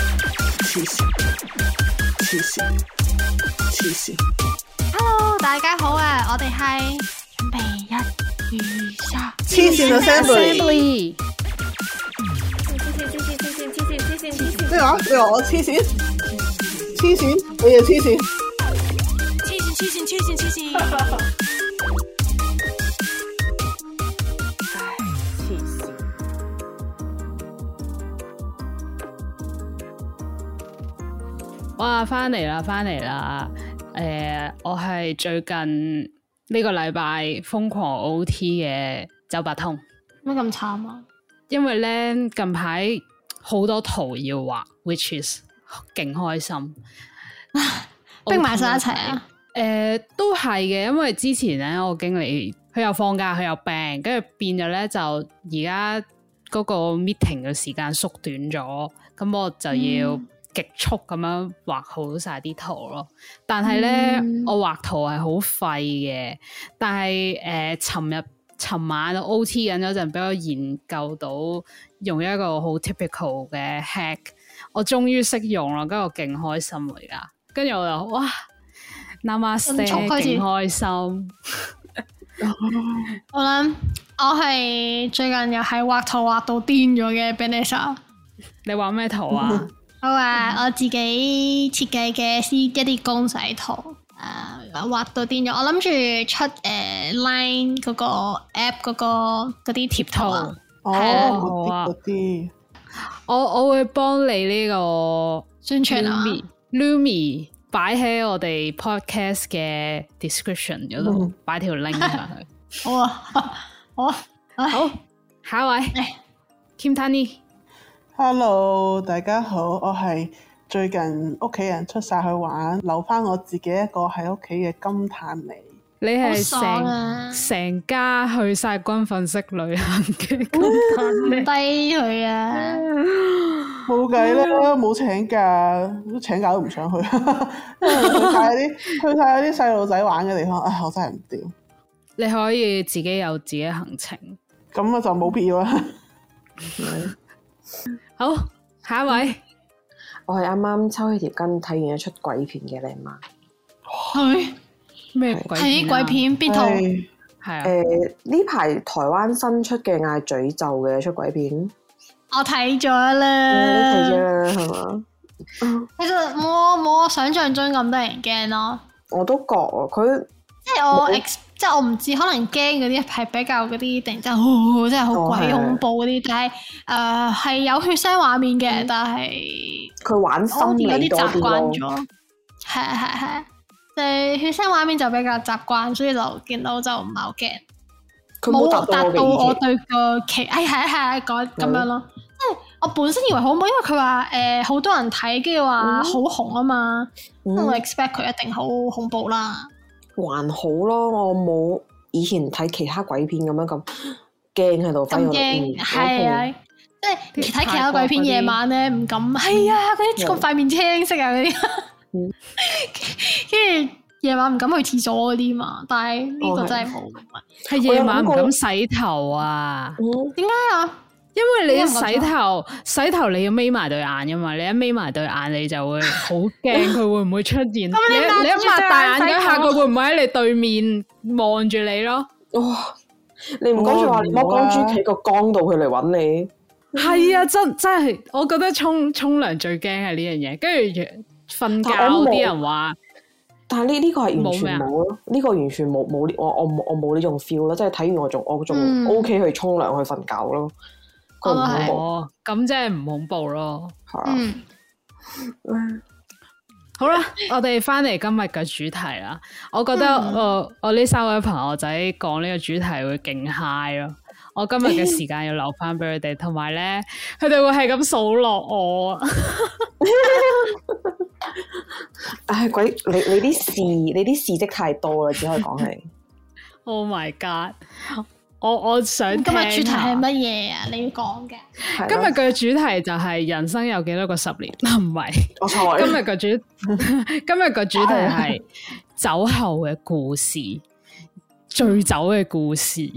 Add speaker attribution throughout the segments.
Speaker 1: 線，黐線，黐線。
Speaker 2: Hello，大家好啊！我哋係準備一、二、三，
Speaker 1: 黐線 assembly，咩話？你話我黐線？黐線？你又黐線？
Speaker 3: 黐線黐線黐線黐線，唉黐線！
Speaker 4: 哇，翻嚟啦，翻嚟啦！誒、我係最近呢個禮拜瘋狂 OT 嘅周伯通，
Speaker 2: 乜咁慘啊？
Speaker 4: 因為咧近排好多圖要畫，which is 勁開 心。
Speaker 2: 逼埋晒一齊啊！
Speaker 4: 誒、呃都係嘅，因為之前咧我經理佢又放假，佢又病，跟住變咗咧就而家嗰個 meeting 嘅時間縮短咗，咁我就要
Speaker 2: 嗯
Speaker 4: 極速咁樣畫好晒啲圖咯。但係咧、
Speaker 2: 嗯
Speaker 4: 我畫圖係好廢嘅，但係誒尋日。尋晚我 O.T. 緊嗰陣，俾我研究到用一個好 typical 嘅 hack，我終於識用啦，跟住我勁開心啊而家，跟住我就哇〜Namaste，
Speaker 2: 迅速開始
Speaker 4: 勁開心。
Speaker 2: 我諗我係最近又係畫圖畫到癲咗嘅 Benessa。
Speaker 4: 你畫咩圖 啊？
Speaker 2: 我話我自己設計嘅一啲公仔圖，誒、畫到癲咗。我諗住出誒、Line 嗰個 App 嗰、個嗰啲貼圖啊。
Speaker 1: 哦，
Speaker 4: 係啊
Speaker 1: 嗰啲
Speaker 4: 我我會幫你呢個
Speaker 2: 宣傳啊
Speaker 4: Lumi Lumi 擺喺我哋 podcast 嘅 description 嗰度
Speaker 1: 嗯，
Speaker 4: 擺條 link 上去。
Speaker 2: 好啊， 好哎啊，唉
Speaker 4: 好，下一位
Speaker 2: 唉
Speaker 4: Kim Tani，
Speaker 1: Hello，大家好，我係最近屋企人出晒去玩，留翻我自己一個喺屋企嘅金碳嚟。
Speaker 4: 你
Speaker 2: 好
Speaker 4: 係
Speaker 2: 爽
Speaker 4: 成
Speaker 2: 啊！
Speaker 4: 成家去晒軍訓式旅行嘅 Kim
Speaker 2: 低佢啊！
Speaker 4: Tani。
Speaker 1: 冇計啦，冇請假，都請假都唔 想去，因為去晒啲去晒啲細路仔玩嘅地方，啊，我真係唔掂。
Speaker 4: 你可以自己有自己行程。
Speaker 1: 咁啊就冇必要啦。
Speaker 4: 好，下一位。
Speaker 3: 我係啱啱抽起條筋睇完一出鬼片嘅你媽，
Speaker 2: 佢
Speaker 4: 咩
Speaker 2: 睇
Speaker 4: 鬼
Speaker 2: 啲鬼
Speaker 4: 啊？
Speaker 2: 片邊套？
Speaker 1: 係
Speaker 4: 係啊。
Speaker 3: 誒呢排台灣新出嘅嗌詛咒嘅一出鬼片，你
Speaker 2: 我睇咗
Speaker 3: 哦睇咗
Speaker 2: 啦，
Speaker 3: 啦係嘛？
Speaker 2: 其實冇冇我想象中咁多人驚咯。
Speaker 3: 我都覺喎佢
Speaker 2: 即係我
Speaker 3: 冇
Speaker 2: ex，即係我唔知，可能驚嗰啲係比較嗰啲突然之間，哦真係好
Speaker 3: 哦
Speaker 2: 鬼
Speaker 3: 係
Speaker 2: 恐怖嗰啲，但呃係誒係有血腥畫面嘅，但係
Speaker 3: 佢玩
Speaker 2: 我好
Speaker 3: 嗯心
Speaker 2: 似有哦
Speaker 3: 理
Speaker 2: 啲
Speaker 3: 多
Speaker 2: 習
Speaker 3: 啲
Speaker 2: 慣
Speaker 3: 咯，
Speaker 2: 咗，係啊係啊係啊，就係血腥畫面就比較習慣，所以就見到就唔係好驚，
Speaker 3: 佢冇達
Speaker 2: 啊達
Speaker 3: 到我
Speaker 2: 到我
Speaker 3: 嘅嗯預期。
Speaker 2: 對個期，哎係啊係啊，講咁樣咯。即係我本身以為好恐怖，因為佢話誒好多人睇，跟住話
Speaker 3: 嗯
Speaker 2: 好紅啊嘛，咁我
Speaker 3: 嗯
Speaker 2: expect 佢一定好恐怖啦。
Speaker 3: 還好咯，我冇以前睇其他鬼片咁樣咁驚喺度，
Speaker 2: 咁
Speaker 3: 反而我
Speaker 2: 驚，
Speaker 3: 嗯
Speaker 2: 係啊！即係睇
Speaker 4: 啲
Speaker 2: 其
Speaker 4: 泰
Speaker 2: 他
Speaker 4: 國
Speaker 2: 鬼片
Speaker 4: 嗰啲
Speaker 2: 夜晚咧，唔敢。係啊，嗰啲
Speaker 3: 嗯
Speaker 2: 個塊面青色啊，嗰啲
Speaker 3: 嗯，
Speaker 2: 跟住夜晚唔敢去廁所嗰啲嘛。但係呢
Speaker 3: 哦
Speaker 2: 度
Speaker 3: 係
Speaker 2: 真係冇乜。
Speaker 4: 係夜晚唔
Speaker 3: 我有諗過
Speaker 4: 敢洗頭啊，
Speaker 3: 我
Speaker 2: 點解啊？
Speaker 4: 因為你一
Speaker 2: 因為
Speaker 4: 洗頭，洗頭你要眯埋對眼噶嘛，你一眯埋對眼你就會好驚佢會唔會出現。你一你一
Speaker 2: 擘住
Speaker 4: 擘
Speaker 2: 隻眼
Speaker 4: 大眼嗰一
Speaker 2: 洗
Speaker 4: 下，
Speaker 2: 頭
Speaker 4: 佢會唔會喺你對面望住你咯？
Speaker 3: 嗯哇！你唔講住話，你摸
Speaker 1: 我唔好啊
Speaker 3: 光豬企個缸度佢嚟揾你，
Speaker 4: 係啊，真真係，我覺得沖沖涼最驚係呢樣嘢。跟住瞓覺
Speaker 3: 但我冇
Speaker 4: 啲人話
Speaker 3: 但係呢呢個係完
Speaker 4: 冇咩
Speaker 3: 全
Speaker 4: 啊
Speaker 3: 冇咯，呢個完全冇冇呢我我冇我冇呢種 feel 咯，即係睇完我仲我仲
Speaker 2: 嗯
Speaker 3: OK 去沖涼去瞓覺咯，佢
Speaker 2: 我
Speaker 3: 唔
Speaker 2: 都係
Speaker 3: 恐怖
Speaker 4: 哦，咁即係唔恐怖咯。
Speaker 3: 係啊
Speaker 2: 嗯，
Speaker 4: 好啦，我哋翻嚟今日嘅主題啦。我覺得
Speaker 2: 嗯
Speaker 4: 我我呢三位朋友仔講呢個主題會勁 high 咯。我今日嘅時間要留翻俾佢哋，同埋咧，佢哋會係咁數落我。
Speaker 3: 唉鬼你你啲事你啲事蹟太多啦，只可以講係
Speaker 4: oh my god！我我想
Speaker 2: 今日主題
Speaker 4: 聽下啊
Speaker 2: 係乜嘢啊？你要講嘅。
Speaker 3: 係
Speaker 4: 今日
Speaker 3: 啦
Speaker 4: 嘅主題就係人生有幾多個十年？ 唔係，
Speaker 3: 我錯
Speaker 4: 今日嘅主 今日嘅主題係 酒後嘅故事，醉酒嘅故事。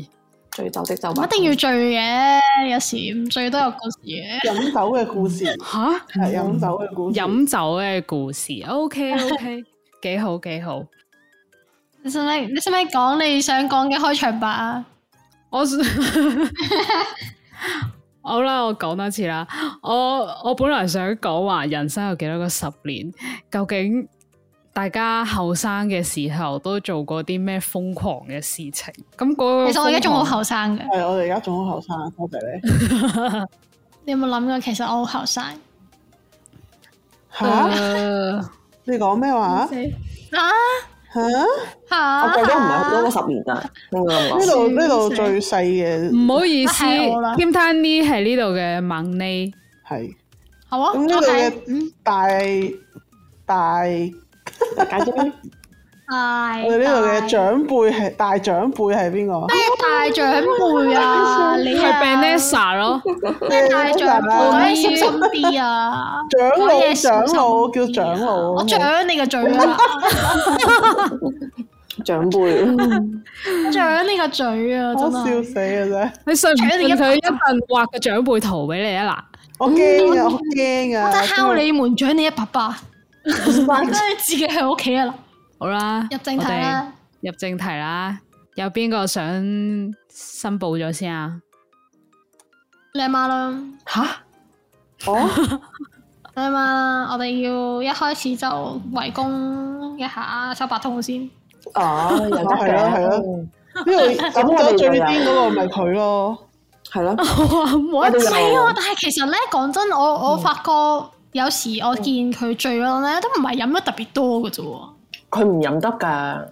Speaker 3: 醉酒的酒吧
Speaker 2: 唔一定要醉嘅，有時唔醉都有故事嘅。
Speaker 1: 飲酒嘅故事，係
Speaker 4: 吓
Speaker 1: 飲酒嘅故事。
Speaker 4: 飲酒嘅故事，OK OK，幾好幾好。
Speaker 2: 你使唔使？你使唔使講你想講嘅開場白啊？
Speaker 4: 我 好啦，我講多次啦。我我本來想講話人生有幾多個十年，究竟大家後生嘅時候都做過啲咩瘋狂嘅事情？咁嗰個
Speaker 2: 其實我而家仲好
Speaker 4: 瘋狂
Speaker 2: 後生嘅，
Speaker 1: 係我哋而家仲好後生，多謝你。
Speaker 2: 你有冇諗過？其實我好後生
Speaker 1: 吓？
Speaker 4: 呃
Speaker 1: 你講咩話？
Speaker 2: 啊
Speaker 1: 吓？
Speaker 2: 吓！
Speaker 3: 我計咗唔係好多個十年啊，應該咁
Speaker 1: 呢
Speaker 3: 講。
Speaker 1: 度呢度
Speaker 2: 算
Speaker 1: 最細嘅
Speaker 4: 唔好意思
Speaker 2: 係我啦
Speaker 4: ，Kim t a n i 係呢度嘅猛呢，
Speaker 1: 係
Speaker 2: 好啊
Speaker 1: 咁呢度
Speaker 2: OK，嗯
Speaker 1: 嘅，大大，
Speaker 3: 解咗咩？
Speaker 2: 大
Speaker 1: 我哋呢度
Speaker 2: 嗯大
Speaker 1: 嘅長輩係大長輩啊係邊個？
Speaker 2: 咩大長輩 啊？你
Speaker 4: 係
Speaker 2: 啊
Speaker 4: Benessa 咯。
Speaker 2: 咩大長輩？
Speaker 1: 我
Speaker 2: 講
Speaker 1: 哋
Speaker 2: 嘢小心啲啊！
Speaker 1: 長
Speaker 2: 講
Speaker 1: 老
Speaker 2: 嘢小
Speaker 1: 長
Speaker 2: 心
Speaker 1: 老
Speaker 2: 啲
Speaker 1: 叫
Speaker 2: 啊
Speaker 1: 長老，
Speaker 2: 我掌你個嘴啊！
Speaker 3: 長輩，
Speaker 2: 我掌你個嘴啊！真
Speaker 1: 我笑
Speaker 2: 係。嗯
Speaker 1: 死啊真係！
Speaker 4: 你信唔信
Speaker 2: 除咗你一
Speaker 4: 佢一陣畫個長輩圖俾你啊？
Speaker 1: 我驚啊，我驚
Speaker 2: 我
Speaker 1: 啊！
Speaker 2: 真係敲你門，掌你一百巴，真係自己喺屋企啊啦！
Speaker 4: 嗱，好啦，
Speaker 2: 入正
Speaker 4: 我
Speaker 2: 題
Speaker 4: 哋
Speaker 2: 啦，
Speaker 4: 入正題啦，有邊個想申報咗先啊？
Speaker 2: 你阿媽啦，
Speaker 3: 吓？哦
Speaker 1: 我
Speaker 2: 你阿媽啦，我哋要一開始就圍攻一下收白通先。
Speaker 3: 哦，又得
Speaker 1: 係咯係
Speaker 3: 嘅
Speaker 1: 咯，呢度飲咗最癲嗰個咪佢咯，
Speaker 3: 係咯。
Speaker 4: 我
Speaker 3: 我哋
Speaker 2: 唔係
Speaker 3: 又
Speaker 2: 喎，但係其實咧，講真，我我發覺有時我見佢醉嗰陣咧，都唔係飲得特別多嘅啫喎。
Speaker 3: 佢唔飲得㗎，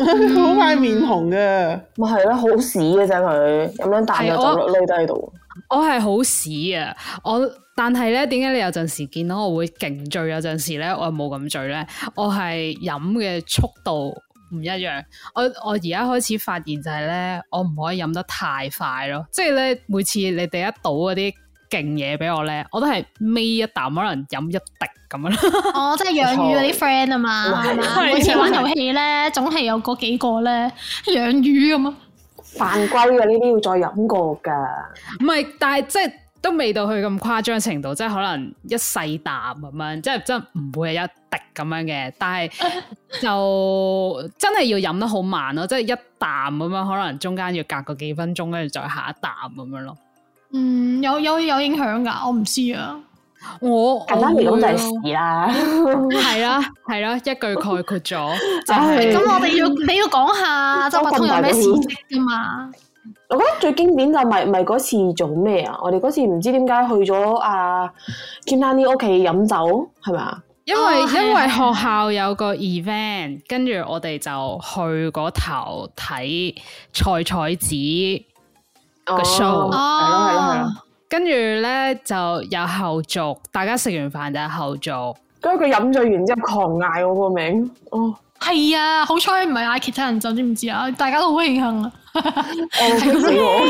Speaker 2: 嗯
Speaker 1: 好快面紅嘅。
Speaker 3: 咪係咯，好屎嘅啫佢，飲兩啖就
Speaker 4: 係
Speaker 3: 走
Speaker 4: 我
Speaker 3: 落匿低喺度。
Speaker 4: 我係好屎啊！我但係咧，點解你有陣時見到我會勁醉，有陣時咧我冇咁醉咧？我係飲嘅速度唔一樣。我我而家開始發現就係咧，我唔可以飲得太快咯。即係咧，每次你哋一倒嗰啲勁嘢俾我咧，我都係尾一啖可能飲一滴咁樣啦。
Speaker 2: 哦，即係養魚嗰啲 friend 啊 嘛，係嘛？每次玩
Speaker 4: 係
Speaker 2: 遊戲咧，總係有嗰幾個咧養魚咁啊。
Speaker 3: 犯規嘅呢啲要再飲過㗎。
Speaker 4: 唔係，但係即係都未到去咁誇張程度，即係可能一細啖咁樣，即係真係唔會係一滴咁樣嘅。但係就真係要飲得好慢咯，即係一啖咁樣，可能中間要隔個幾分鐘，跟住再下一啖咁樣咯。
Speaker 2: 嗯，有有有影響㗎，我唔知啊。
Speaker 4: 我
Speaker 3: 簡單嚟講就係屎啦。
Speaker 4: 係啦，係啦，一句概括咗就
Speaker 3: 唉
Speaker 4: 係
Speaker 2: 咁我哋要你要講下周伯通有咩事蹟㗎嘛？
Speaker 3: 我覺得最經典就咪咪嗰次做咩啊？我哋嗰次唔知點解去咗阿 Kim Tani 屋企飲酒，係咪啊？
Speaker 4: 因為
Speaker 2: 哦係啊
Speaker 4: 因為
Speaker 2: 係啊
Speaker 4: 學校有個 event，跟住我哋就去嗰頭睇菜菜子。
Speaker 3: 個
Speaker 2: 哦
Speaker 4: show
Speaker 3: 哦係咯係咯係咯。
Speaker 4: 跟住咧就有後續，大家食完飯就有後續。
Speaker 3: 跟住佢飲醉完之後狂嗌我個名，哦，
Speaker 2: 係啊，好彩唔係嗌其他人就知唔知啊？大家都好慶幸啊！
Speaker 3: 我激死我！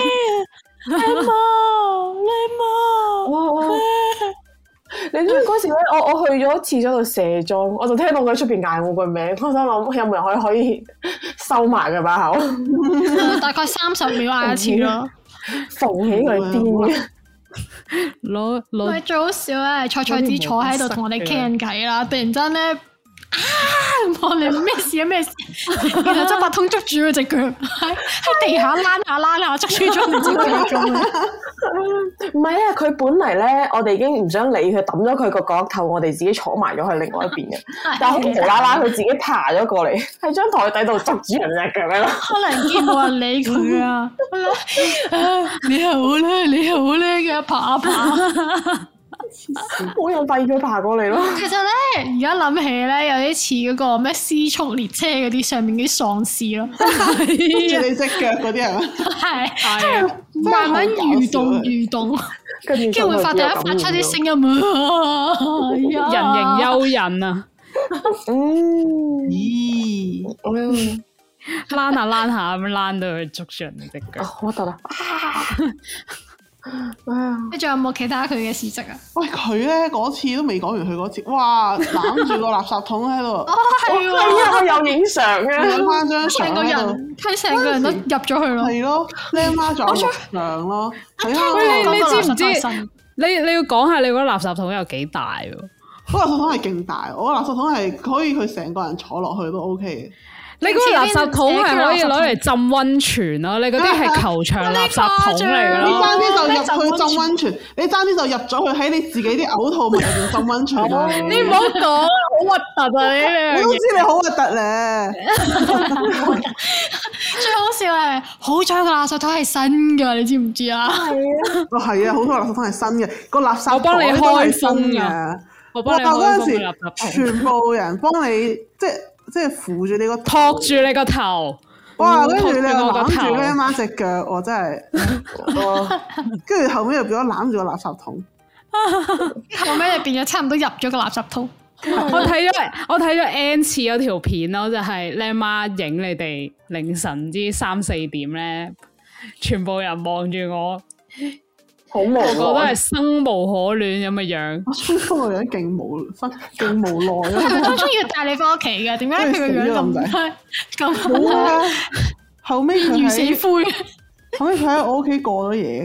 Speaker 1: 你
Speaker 3: 哇哇！你知唔知嗰時咧，我我去咗廁所度卸妝，我就聽到佢出邊嗌我個名，我心諗有冇人可以可以收埋佢把口，
Speaker 2: 大概三十秒嗌一次咯。
Speaker 3: 縫起佢癲嘅。
Speaker 4: 攞
Speaker 2: 喂，
Speaker 4: 攞
Speaker 2: 最好笑咧，蔡蔡子坐喺度同我哋傾緊偈啦，突然間咧。啊！我哋咩事啊咩事？然後周伯通捉住佢只腳，喺喺地下躝下躝下，捉住咗唔知佢隻腳。
Speaker 3: 唔係啊，佢本嚟咧，我哋已經唔想理佢，抌咗佢個角落頭，我哋自己坐埋咗去另外一邊嘅。但係佢無啦啦，佢自己爬咗過嚟，喺張台底度捉住人隻啊腳啦。
Speaker 2: 可能見冇人理佢啊！啊 你係好叻，你係好叻嘅，啊爬一爬。
Speaker 3: 冇人發現佢爬過嚟咯。
Speaker 2: 其實咧，而家諗起咧，有啲似嗰個咩私速列車嗰啲上面嗰啲喪屍咯，
Speaker 1: 捉住你只腳嗰啲係嘛？
Speaker 2: 係
Speaker 4: 係啊，
Speaker 2: 慢慢蠕動
Speaker 1: 真
Speaker 2: 蠕動，
Speaker 3: 跟住
Speaker 2: 跟住會發突然間發出啲聲音啊！哎
Speaker 4: 人
Speaker 2: 呀
Speaker 4: 形蚯蚓啊，
Speaker 3: 聲。
Speaker 1: 咦？
Speaker 3: 嗯，
Speaker 4: 躝下躝下咁樣躝到佢捉住人哋只
Speaker 3: 啊，
Speaker 4: 腳。
Speaker 3: 好核突啦！啊，
Speaker 2: 你仲有冇其他佢嘅事跡啊？
Speaker 1: 喂，佢咧嗰次都未講完，佢嗰次，哇，攬住個垃圾桶喺度
Speaker 2: 哦，，係
Speaker 3: 係啊，
Speaker 2: 喎，
Speaker 3: 我有影相
Speaker 1: 影
Speaker 3: 啊，
Speaker 1: 翻張相
Speaker 2: 成個
Speaker 1: 喺度，
Speaker 2: 人佢成個人都入咗去咯。
Speaker 1: 係啊咯，靚媽仲有張相咯，係啊，
Speaker 4: 喂你
Speaker 1: 嗰
Speaker 4: 你知唔知
Speaker 2: 嗰個垃圾袋新
Speaker 4: 你你要講下你嗰個垃圾桶有幾大喎？
Speaker 1: 個垃圾桶係勁大，我個垃圾桶係可以佢成個人坐落去都 OK
Speaker 4: 你嗰個垃圾桶係可以攞嚟浸温泉啊咯，你嗰啲 係球場垃圾桶嚟
Speaker 1: 嘅。
Speaker 4: 噶
Speaker 1: 你
Speaker 4: 咯。
Speaker 1: 爭啲就入去浸
Speaker 2: 浸
Speaker 1: 温泉，你爭啲就入咗去喺你自己啲嘔吐物入邊浸温泉啊！
Speaker 4: 你唔好講，好核突啊！
Speaker 1: 我
Speaker 4: 呢樣
Speaker 1: 都
Speaker 4: 嘢
Speaker 1: 知你好核突咧，
Speaker 2: 最好笑係，好彩個垃圾桶係新㗎，你知唔知啊？
Speaker 1: 哦係啊，好多垃圾桶係新嘅，個垃圾袋
Speaker 4: 我幫你
Speaker 1: 都係
Speaker 4: 開
Speaker 1: 新
Speaker 4: 封
Speaker 1: 嘅
Speaker 4: 啊。我
Speaker 1: 哇！
Speaker 4: 幫你
Speaker 1: 嗰
Speaker 4: 開
Speaker 1: 陣
Speaker 4: 封個垃圾
Speaker 1: 時
Speaker 4: 桶，
Speaker 1: 全部人幫你，即係即係扶住你個
Speaker 4: 托住你個頭。
Speaker 1: 哇！跟
Speaker 4: 托
Speaker 1: 住你又
Speaker 4: 我個
Speaker 1: 攬住
Speaker 4: 頭
Speaker 1: 咧媽只腳，我真係，跟住後尾又變咗攬住個垃圾桶，
Speaker 2: 後尾就變咗差唔多入咗個垃圾 桶。
Speaker 4: 我睇咗我睇咗 N 次有條片咯，就係靚媽影你哋凌晨之三四點咧，全部人望住我，
Speaker 3: 好無
Speaker 4: 個個都係
Speaker 3: 奈。
Speaker 4: 生無可戀咁嘅樣。
Speaker 1: 我初初個樣勁無分，勁無奈
Speaker 2: 佢
Speaker 1: 啊！
Speaker 2: 都中意帶你翻屋企嘅，點解佢個樣咁
Speaker 1: 好
Speaker 2: 咁
Speaker 1: 啊，後尾佢
Speaker 2: 如死
Speaker 1: 喺
Speaker 2: 灰？
Speaker 1: 後尾佢喺我屋企過咗夜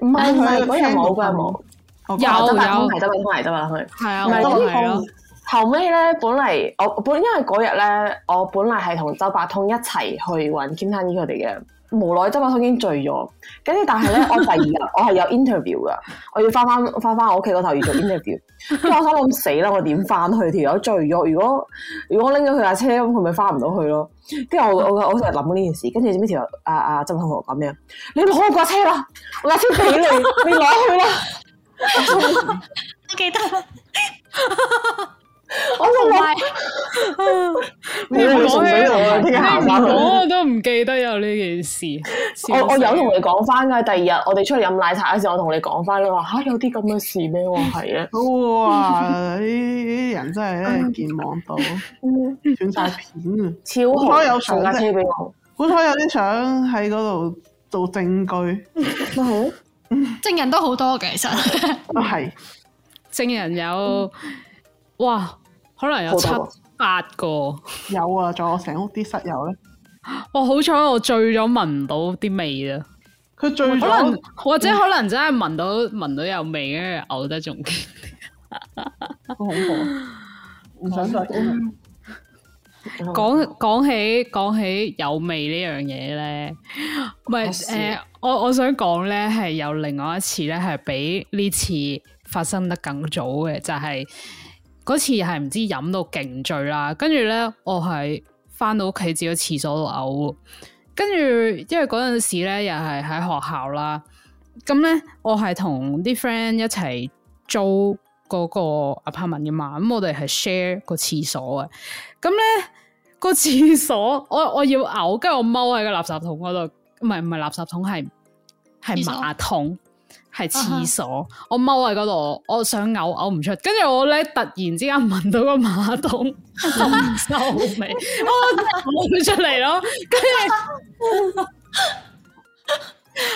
Speaker 1: 嘅，
Speaker 3: 唔係唔係，嗰日冇，嗰日冇。哦
Speaker 1: 我
Speaker 4: 有
Speaker 3: 得八
Speaker 4: 有
Speaker 3: 通係得八通係得八通係。
Speaker 4: 係啊，
Speaker 3: 唔
Speaker 4: 我
Speaker 3: 係
Speaker 4: 都係
Speaker 1: 咁
Speaker 4: 咯
Speaker 1: 痛。
Speaker 3: 後尾咧，本嚟我本因為嗰日咧，我本嚟係同周伯通一齊去揾 Kim t a n 佢哋嘅，無奈周伯通已經醉咗，跟住但係咧，我第 二日我係有 interview 噶，我要翻翻翻翻我屋企嗰頭要做 interview，跟住我心諗死啦，我點翻去條友醉咗？如果如果我拎咗佢架車，咁佢咪翻唔到去咯？跟住我我我成日諗呢件事，跟住知唔知條友啊啊周伯通同我講咩啊？你攞我架車啦，我架車俾你，你攞去啦。
Speaker 2: 我記得
Speaker 3: 我就話你
Speaker 4: 你唔
Speaker 3: 會
Speaker 4: 講
Speaker 3: 送俾我啊，
Speaker 4: 起
Speaker 3: 聽日
Speaker 4: 你
Speaker 3: 行
Speaker 4: 唔
Speaker 3: 翻去。
Speaker 4: 講我都唔記得有呢件事。
Speaker 3: 我我有同
Speaker 4: 笑
Speaker 3: 你講翻㗎，第二日我哋出嚟飲奶茶嗰時，我同你講翻，你話吓有啲咁嘅事咩？我 話係啊，
Speaker 1: 哇！呢啲人真係咧健忘到斷晒片啊！
Speaker 3: 超
Speaker 1: 好彩有相
Speaker 3: 好，送架
Speaker 1: 啫
Speaker 3: 車俾我，
Speaker 1: 好彩有啲相喺嗰度做證據，
Speaker 3: 咪係咯
Speaker 2: 證人都好多嘅，其實
Speaker 1: 啊係。
Speaker 4: 死證人有，哇，可能有
Speaker 3: 好
Speaker 4: 七
Speaker 3: 多
Speaker 4: 八個。
Speaker 1: 有啊，仲有我成屋啲室友咧，
Speaker 4: 哇，好彩我醉咗聞唔到啲味啦。
Speaker 1: 佢醉
Speaker 4: 可能
Speaker 1: 咗，
Speaker 4: 或者可能真係聞到聞到有味，跟住嘔得仲勁。
Speaker 1: 好恐怖，唔想再經歷。
Speaker 4: 講講起講起有味呢樣嘢咧，唔係
Speaker 3: 我試
Speaker 4: 誒，我我想講咧係有另外一次咧係比呢次發生得更早嘅，就係、嗰次係唔知飲到勁醉啦，跟住咧我係翻到屋企自己喺廁所度嘔，跟住因為嗰陣時咧又係喺學校啦，咁咧我係同啲 friend 一齊租嗰個 apartment 嘅嘛，咁我哋係 share 個廁所嘅，咁咧、個廁所我我要嘔，跟住我踎喺個垃圾桶嗰度，唔係唔係垃圾桶係係
Speaker 2: 廁所
Speaker 4: 馬桶。係廁所，我踎喺嗰度，我想嘔嘔唔出，跟住我咧突然之間聞到個馬桶 唔臭味，我嘔咗出嚟咯，跟住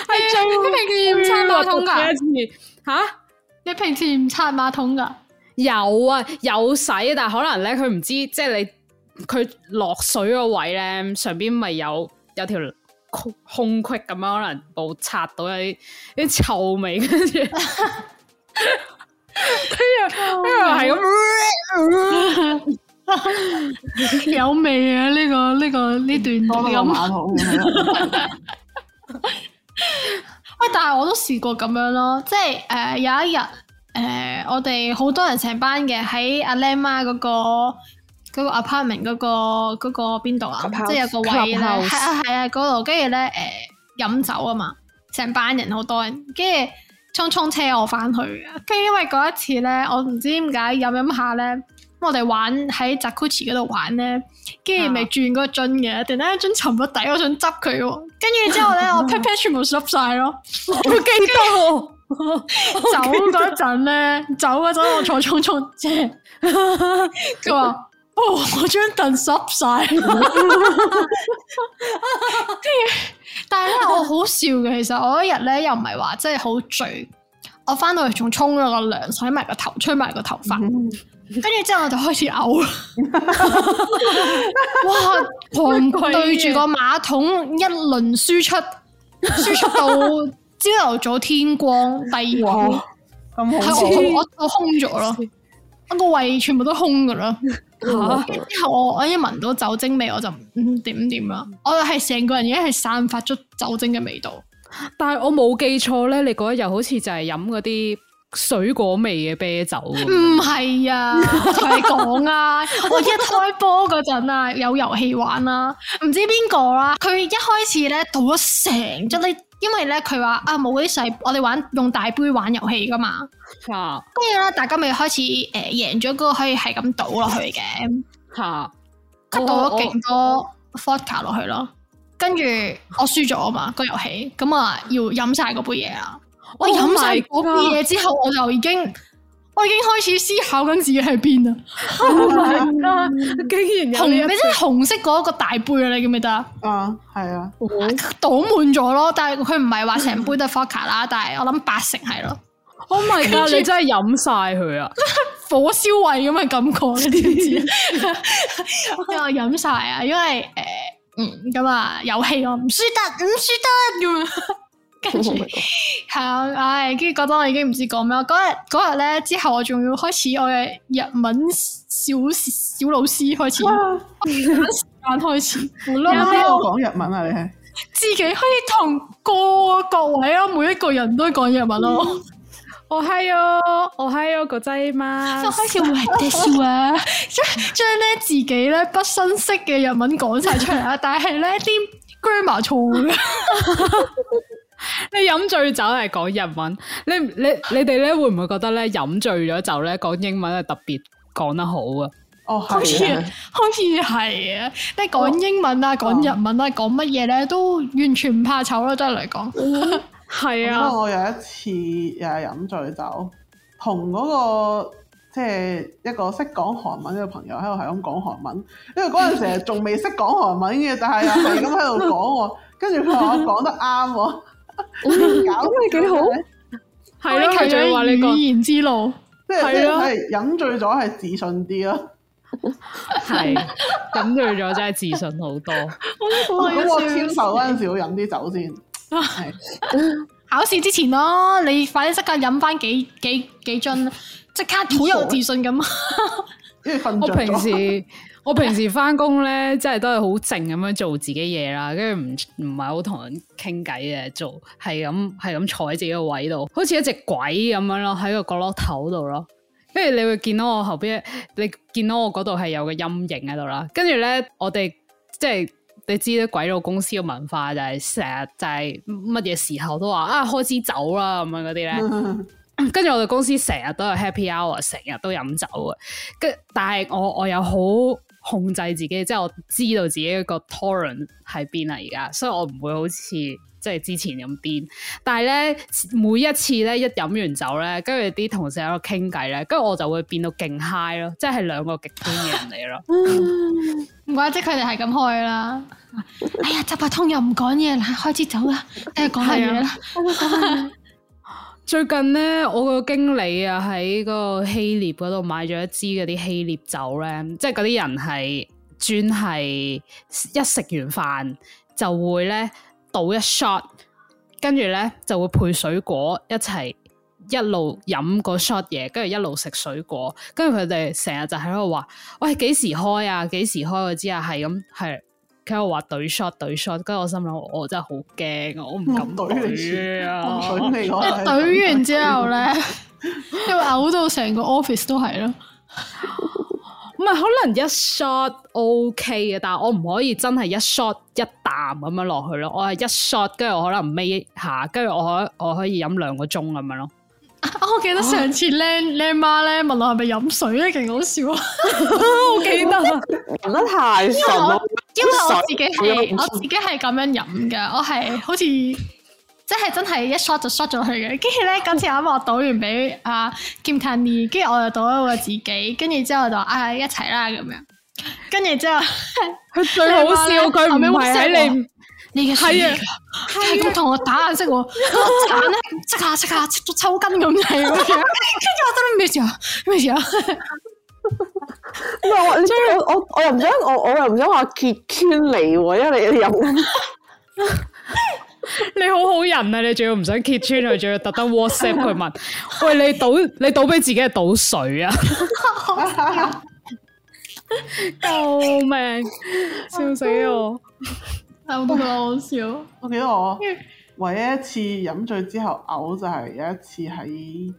Speaker 2: 係最你平時唔刷馬桶㗎，
Speaker 4: 第一次吓。
Speaker 2: 你平時唔刷馬桶㗎，
Speaker 4: 有啊，有洗，但係可能咧，佢唔知，即係你佢落水個位咧，上邊咪有有條空空隙咁樣，可能冇擦到有啲有啲臭味，跟住跟住跟住係咁，
Speaker 2: 有味啊！呢個呢個呢段
Speaker 1: 多
Speaker 2: 錄
Speaker 1: 咗個
Speaker 2: 音。
Speaker 1: 馬桶咁樣，
Speaker 2: 喂，但係我都試過咁樣咯，即係誒、呃有一日誒、呃我哋好多人成班嘅喺阿靚媽嗰個嗰、個 apartment 嗰、個嗰、個邊度啊，
Speaker 3: Clubhouse
Speaker 2: 即係有個位咧，
Speaker 4: Clubhouse
Speaker 2: 係啊係啊嗰度，跟住咧誒飲酒啊嘛，成班人好多人，跟住衝衝車我翻去嘅，跟住因為嗰一次咧，我唔知點解飲飲下咧，咁我哋玩喺 Jacuzzi 嗰度玩咧。跟住咪轉嗰個樽嘅，突然間樽沉咗底，我想執佢喎。跟住之後咧，我 pat pat 全部濕晒咯。
Speaker 4: 我記得
Speaker 2: 走嗰陣咧，走嗰陣我坐衝衝車，佢話哦，我張凳濕晒，跟住，但係咧，我好笑嘅。其實我一日咧又唔係話真係好醉，我翻到嚟仲沖咗個涼，洗埋個頭，吹埋個頭髮，跟住之後我就開始嘔啦。哇！狂對住個馬桶一輪輸出，輸出到朝頭早天光，第二
Speaker 1: 哇
Speaker 2: 日。
Speaker 1: 咁好笑，
Speaker 2: 係我我我空咗咯，我個胃全部都空噶啦。 之後我我一聞到酒精味我就唔嗯點點啦，我係成個人已經係散發出酒精嘅味道。
Speaker 4: 但系我冇記錯咧，你嗰一日好似就係飲嗰啲水果味嘅啤酒喎。
Speaker 2: 唔係啊，我同你講 啊，我一開波嗰陣啊，有遊戲玩啦、唔知邊個啦，佢一開始咧倒咗成樽呢，因為咧佢話啊冇嗰啲細，我哋玩用大杯玩遊戲噶嘛。
Speaker 4: 吓
Speaker 2: 跟住咧，大家咪開始誒、呃、贏咗嗰個可以係咁倒落去嘅。
Speaker 4: 吓，哦
Speaker 2: 吸到咗勁多 vodka 落去咯。跟住我輸咗啊嘛，個遊戲咁啊要飲晒嗰杯嘢啦。我
Speaker 4: Oh
Speaker 2: 飲晒
Speaker 4: my
Speaker 2: 嗰杯嘢之後，我就已經我已經開始思考緊自己喺邊啦。啊嗯紅
Speaker 4: 我竟然
Speaker 2: 你
Speaker 4: 有呢
Speaker 2: 知紅色嗰個大杯啊，你記唔記得啊？
Speaker 1: 啊，係啊，
Speaker 2: 倒滿咗咯，但係佢唔係話成杯都係 vodka 啦，但係我諗八成係咯，
Speaker 4: 一，Oh my god！你真係飲晒佢啊！
Speaker 2: 火燒胃咁嘅感覺，你知唔知？ 因為我飲晒啊，因為誒、呃嗯咁啊遊戲我唔輸得，唔輸得咁樣。跟住係啊，唉，跟住覺得我已經唔知講咩。我嗰日嗰日咧之後，我仲要開始我嘅日文小小老師開始，時間開始，無啦
Speaker 1: 有冇聽
Speaker 2: 啦
Speaker 1: 我講日文啊？你係
Speaker 2: 自己可以同個各位啊，每一個人都講日文咯。
Speaker 4: 我嗨哦，我嗨哦，個仔 嘛
Speaker 2: 就開始喂 d i 啊，將將咧自己咧不新識嘅日文講晒出嚟啦，但係咧啲 grammar 錯嘅。
Speaker 4: 你飲醉酒係講日文，你你你哋咧會唔會覺得咧飲醉咗酒咧講英文係特別講得好啊？
Speaker 1: 哦，
Speaker 2: 好似
Speaker 1: 係啊，
Speaker 2: 好似係啊！你講英文啊，講日文啊，講乜嘢咧，都完全唔怕醜啦，真係嚟講。
Speaker 4: 哦係
Speaker 1: 不 過
Speaker 4: 啊，
Speaker 1: 我有一次又係飲醉酒，同嗰、個即係一個識講韓文嘅朋友喺度係咁講韓文，因為嗰陣時係仲未識講韓文嘅，但係又係咁喺度講喎，跟住佢話我講得啱喎。搞
Speaker 3: 咁咪幾好
Speaker 1: 笑嘅
Speaker 4: 係
Speaker 2: 開
Speaker 4: 咯，佢
Speaker 2: 啟
Speaker 4: 仲要話你
Speaker 2: 咗語
Speaker 4: 講
Speaker 2: 言之路，
Speaker 1: 即係即
Speaker 4: 係咯
Speaker 1: 係飲醉咗係自信啲咯。
Speaker 4: 係飲醉咗真係自信好多。
Speaker 2: 好
Speaker 1: 咁我簽售
Speaker 2: 笑
Speaker 1: 嗰陣時會飲啲酒先，係
Speaker 2: 考試之前咯，你快啲即刻飲翻幾幾幾樽，即刻好有自信咁。
Speaker 1: 因為瞓
Speaker 4: 我
Speaker 1: 着
Speaker 4: 平
Speaker 1: 咗。
Speaker 4: 時我平時翻工咧，即係都係好靜咁樣做自己嘢啦，跟住唔唔係好同人傾偈嘅，做係咁係咁坐喺自己個位度，好似一隻鬼咁樣咯，喺個角落頭度咯。跟住你會見到我後邊，你見到我嗰度係有個陰影喺度啦。跟住咧，我哋即係你知啦，鬼佬公司嘅文化就係成日就係乜嘢時候都話啊開支酒啦咁樣嗰啲咧。 跟住我哋公司成日都有 happy hour，成日都飲酒嘅。跟但係我我有好控制自己，即係我知道自己個 torrent 喺邊啦而家，所以我唔會好似即係之前咁癲。但係咧每一次咧一飲完酒咧，跟住啲同事喺度傾偈咧，跟住我就會變到勁 high 咯，即係兩個極端嘅人嚟咯。
Speaker 2: 唔怪即佢哋係咁開啦。哎呀，習伯通又唔講嘢啦，開始走啦，誒講下嘢啦。
Speaker 4: 最近咧，我個經理啊喺嗰個希臘嗰度買咗一支嗰啲希臘酒咧，即係嗰啲人係專係一食完飯就會咧倒一 shot，跟住咧就會配水果一齊一路飲個 shot 嘢，跟住一路食水果，跟住佢哋成日就喺度話：喂，幾時開啊？幾時開嗰支啊？係咁係。佢喺度話對 shot 對 shot，跟住我心諗我真係好驚，啊我唔敢
Speaker 1: 我懟你
Speaker 4: 對啊！
Speaker 1: 我水你
Speaker 2: 一
Speaker 1: 講，
Speaker 2: 懟完之後咧， 因為嘔到成個 office 都 係咯。
Speaker 4: 唔係可能一 shot OK 嘅，但係我唔可以真係一 shot 一啖咁樣落去咯。我係一 shot，跟住我可能尾下，跟住我可我可以飲兩個鐘咁樣咯。
Speaker 2: 啊我記得上次
Speaker 4: 啊
Speaker 2: 僆僆媽咧問我係咪飲水咧，勁好笑啊！
Speaker 4: 我記得啊
Speaker 3: 飲得太
Speaker 2: 因
Speaker 3: 神
Speaker 2: 為我
Speaker 3: 咯，
Speaker 2: 因為我自己
Speaker 3: 水
Speaker 2: 係我自己係咁樣飲嘅，我係好似即係真係一 shot 就 shot 咗佢嘅。跟住咧，今次啱我倒完俾阿 Kim Kani，跟住我又倒咗我自己，跟住之後就啊一齊啦咁樣。跟住之後，
Speaker 4: 佢最好笑，佢唔係喺你，
Speaker 2: 你嘅死
Speaker 4: 係啊
Speaker 2: 嚟㗎真係咁同我打眼色喎，我隻眼咧即下即下，即到抽筋咁滯咁樣。跟住我真係咩事啊？咩事啊？
Speaker 3: 唔係我，你知唔知我我我又唔想我我又唔想話揭穿你喎，因為你有
Speaker 4: 你好好人啊！你仲要唔想揭穿佢，仲要特登 WhatsApp 佢 問：喂，你倒你倒俾自己係倒水 啊！救命！笑死我！
Speaker 2: 我都覺得好笑。
Speaker 1: 我記得我唯一一次飲醉之後嘔就係有一次喺